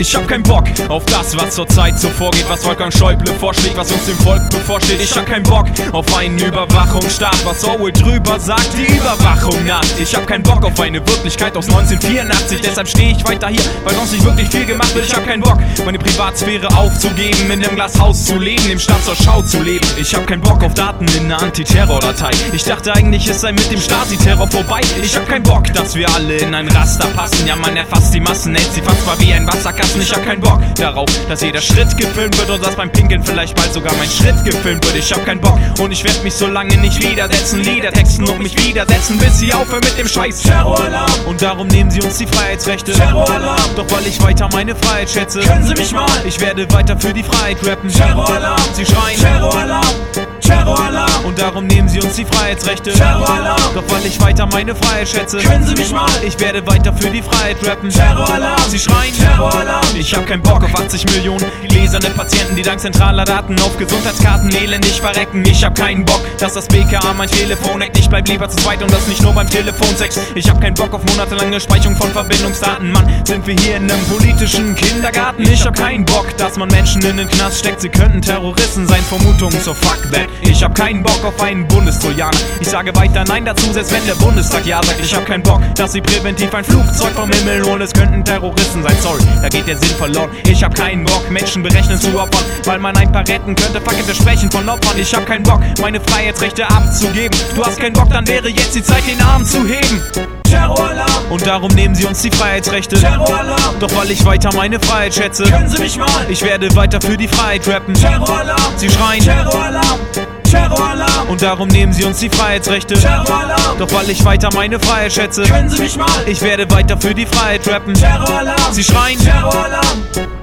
Ich hab keinen Bock auf das, was zurzeit so vorgeht, was Wolfgang Schäuble vorschlägt, was uns dem Volk bevorsteht. Ich hab keinen Bock auf einen Überwachungsstaat, was Orwell drüber sagt, die Überwachung naht. Ich hab keinen Bock auf eine Wirklichkeit aus 1984, deshalb stehe ich weiter hier, weil sonst nicht wirklich viel gemacht wird. Ich hab keinen Bock, meine Privatsphäre aufzugeben, in einem Glashaus zu leben, im Staat zur Schau zu leben. Ich hab keinen Bock auf Daten in einer Antiterror-Datei. Ich dachte eigentlich, es sei mit dem Stasi-Terror vorbei. Ich hab keinen Bock, dass wir alle in ein Raster passen. Ja, man erfasst die Massen, hält sie fast mal wie ein Wasserkasten. Ich hab keinen Bock darauf, dass jeder Schritt gefilmt wird und dass beim Pinkeln vielleicht bald sogar mein Schritt gefilmt wird. Ich hab keinen Bock und ich werd mich so lange nicht widersetzen. Lieder texten und mich widersetzen, bis sie aufhören mit dem Scheiß. Terroralarm. Und darum nehmen sie uns die Freiheitsrechte. Terroralarm. Doch weil ich weiter meine Freiheit schätze, können sie mich mal. Ich werde weiter für die Freiheit rappen. Terroralarm. Sie schreien. Terroralarm. Terroralarm. Und darum nehmen sie uns die Freiheitsrechte. Terroralarm. Doch weil ich weiter meine Freiheit schätze, können sie mich mal. Ich werde weiter für die Freiheit rappen. Terroralarm. Sie schreien. Terroralarm. Ich hab keinen Bock auf 80 Millionen gläserne Patienten, die dank zentraler Daten auf Gesundheitskarten elendig verrecken. Ich hab keinen Bock, dass das BKA mein Telefon hackt. Ich bleib lieber zu zweit und das nicht nur beim Telefonsex. Ich hab keinen Bock auf monatelange Speicherung von Verbindungsdaten. Mann, sind wir hier in einem politischen Kindergarten? Ich hab keinen Bock, dass man Menschen in den Knast steckt. Sie könnten Terroristen sein, Vermutungen zur Fuck that. Ich hab keinen Bock auf einen Bundestrojaner. Ich sage weiter Nein dazu, selbst wenn der Bundestag ja sagt. Ich hab keinen Bock, dass sie präventiv ein Flugzeug vom Himmel holen. Es könnten Terroristen sein, sorry, da geht der Sinn verloren. Ich hab keinen Bock, Menschen berechnen zu opfern, weil man ein paar retten könnte. Fuck it, wir sprechen von Opfern. Ich hab keinen Bock, meine Freiheitsrechte abzugeben. Du hast keinen Bock, dann wäre jetzt die Zeit, den Arm zu heben. Terroralarm. Und darum nehmen sie uns die Freiheitsrechte. Terroralarm. Doch weil ich weiter meine Freiheit schätze, können sie mich mal. Ich werde weiter für die Freiheit rappen. Terroralarm. Sie schreien. Terroralarm. Terroralarm. Und darum nehmen sie uns die Freiheitsrechte. Terroralarm. Doch weil ich weiter meine Freiheit schätze, können sie mich mal. Ich werde weiter für die Freiheit rappen. Terroralarm. Sie schreien. Terroralarm.